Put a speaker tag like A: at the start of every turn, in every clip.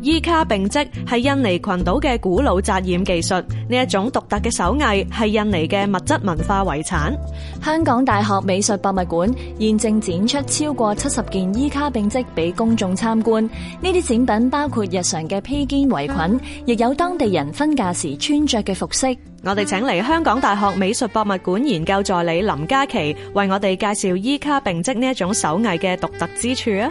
A: 伊 E 卡並織係印尼群島嘅古老紮染技術，呢一種獨特嘅手藝係印尼嘅物質文化遺產。
B: 香港大學美術博物館現正展出超過七十件伊卡並織俾公眾參觀。呢啲展品包括日常嘅披肩圍裙，亦有當地人婚嫁時穿着嘅服飾。
A: 我哋請嚟香港大學美術博物館研究助理林嘉琪，為我哋介紹伊卡並織呢一種手藝嘅獨特之處啊！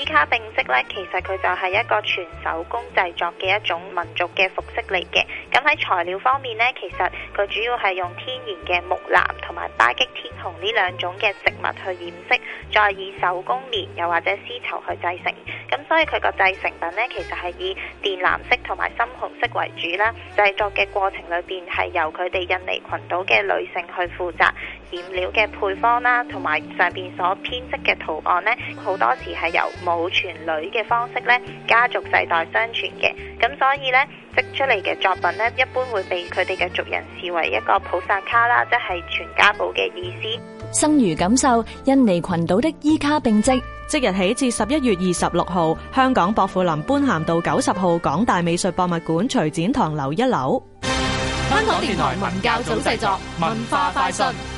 C: 伊卡並織咧，其實佢就係一個全手工製作嘅一種民族嘅服飾嚟嘅。咁喺材料方面咧，其實佢主要係用天然嘅木藍同埋巴戟天紅呢兩種嘅植物去染色，再以手工棉又或者絲綢去製成。咁所以佢個製成品咧，其實係以靛藍色同埋深紅色為主啦。製作嘅過程裏邊係由佢哋印尼群島嘅女性去負責染料嘅配方啦，同埋上邊所編織嘅圖案咧，好多時係由母傳女嘅方式咧，家族世代相傳嘅。咁所以咧，織出嚟嘅作品咧，一般會被佢哋嘅族人視為一個普薩卡啦，即係全家寶嘅意思。
B: 生如感受印尼群島的伊卡並織。
A: 即日起至十一月二十六號，香港薄扶林般咸道九十號港大美術博物館徐展堂樓一樓。
D: 香港電台文教組製作，文化快訊。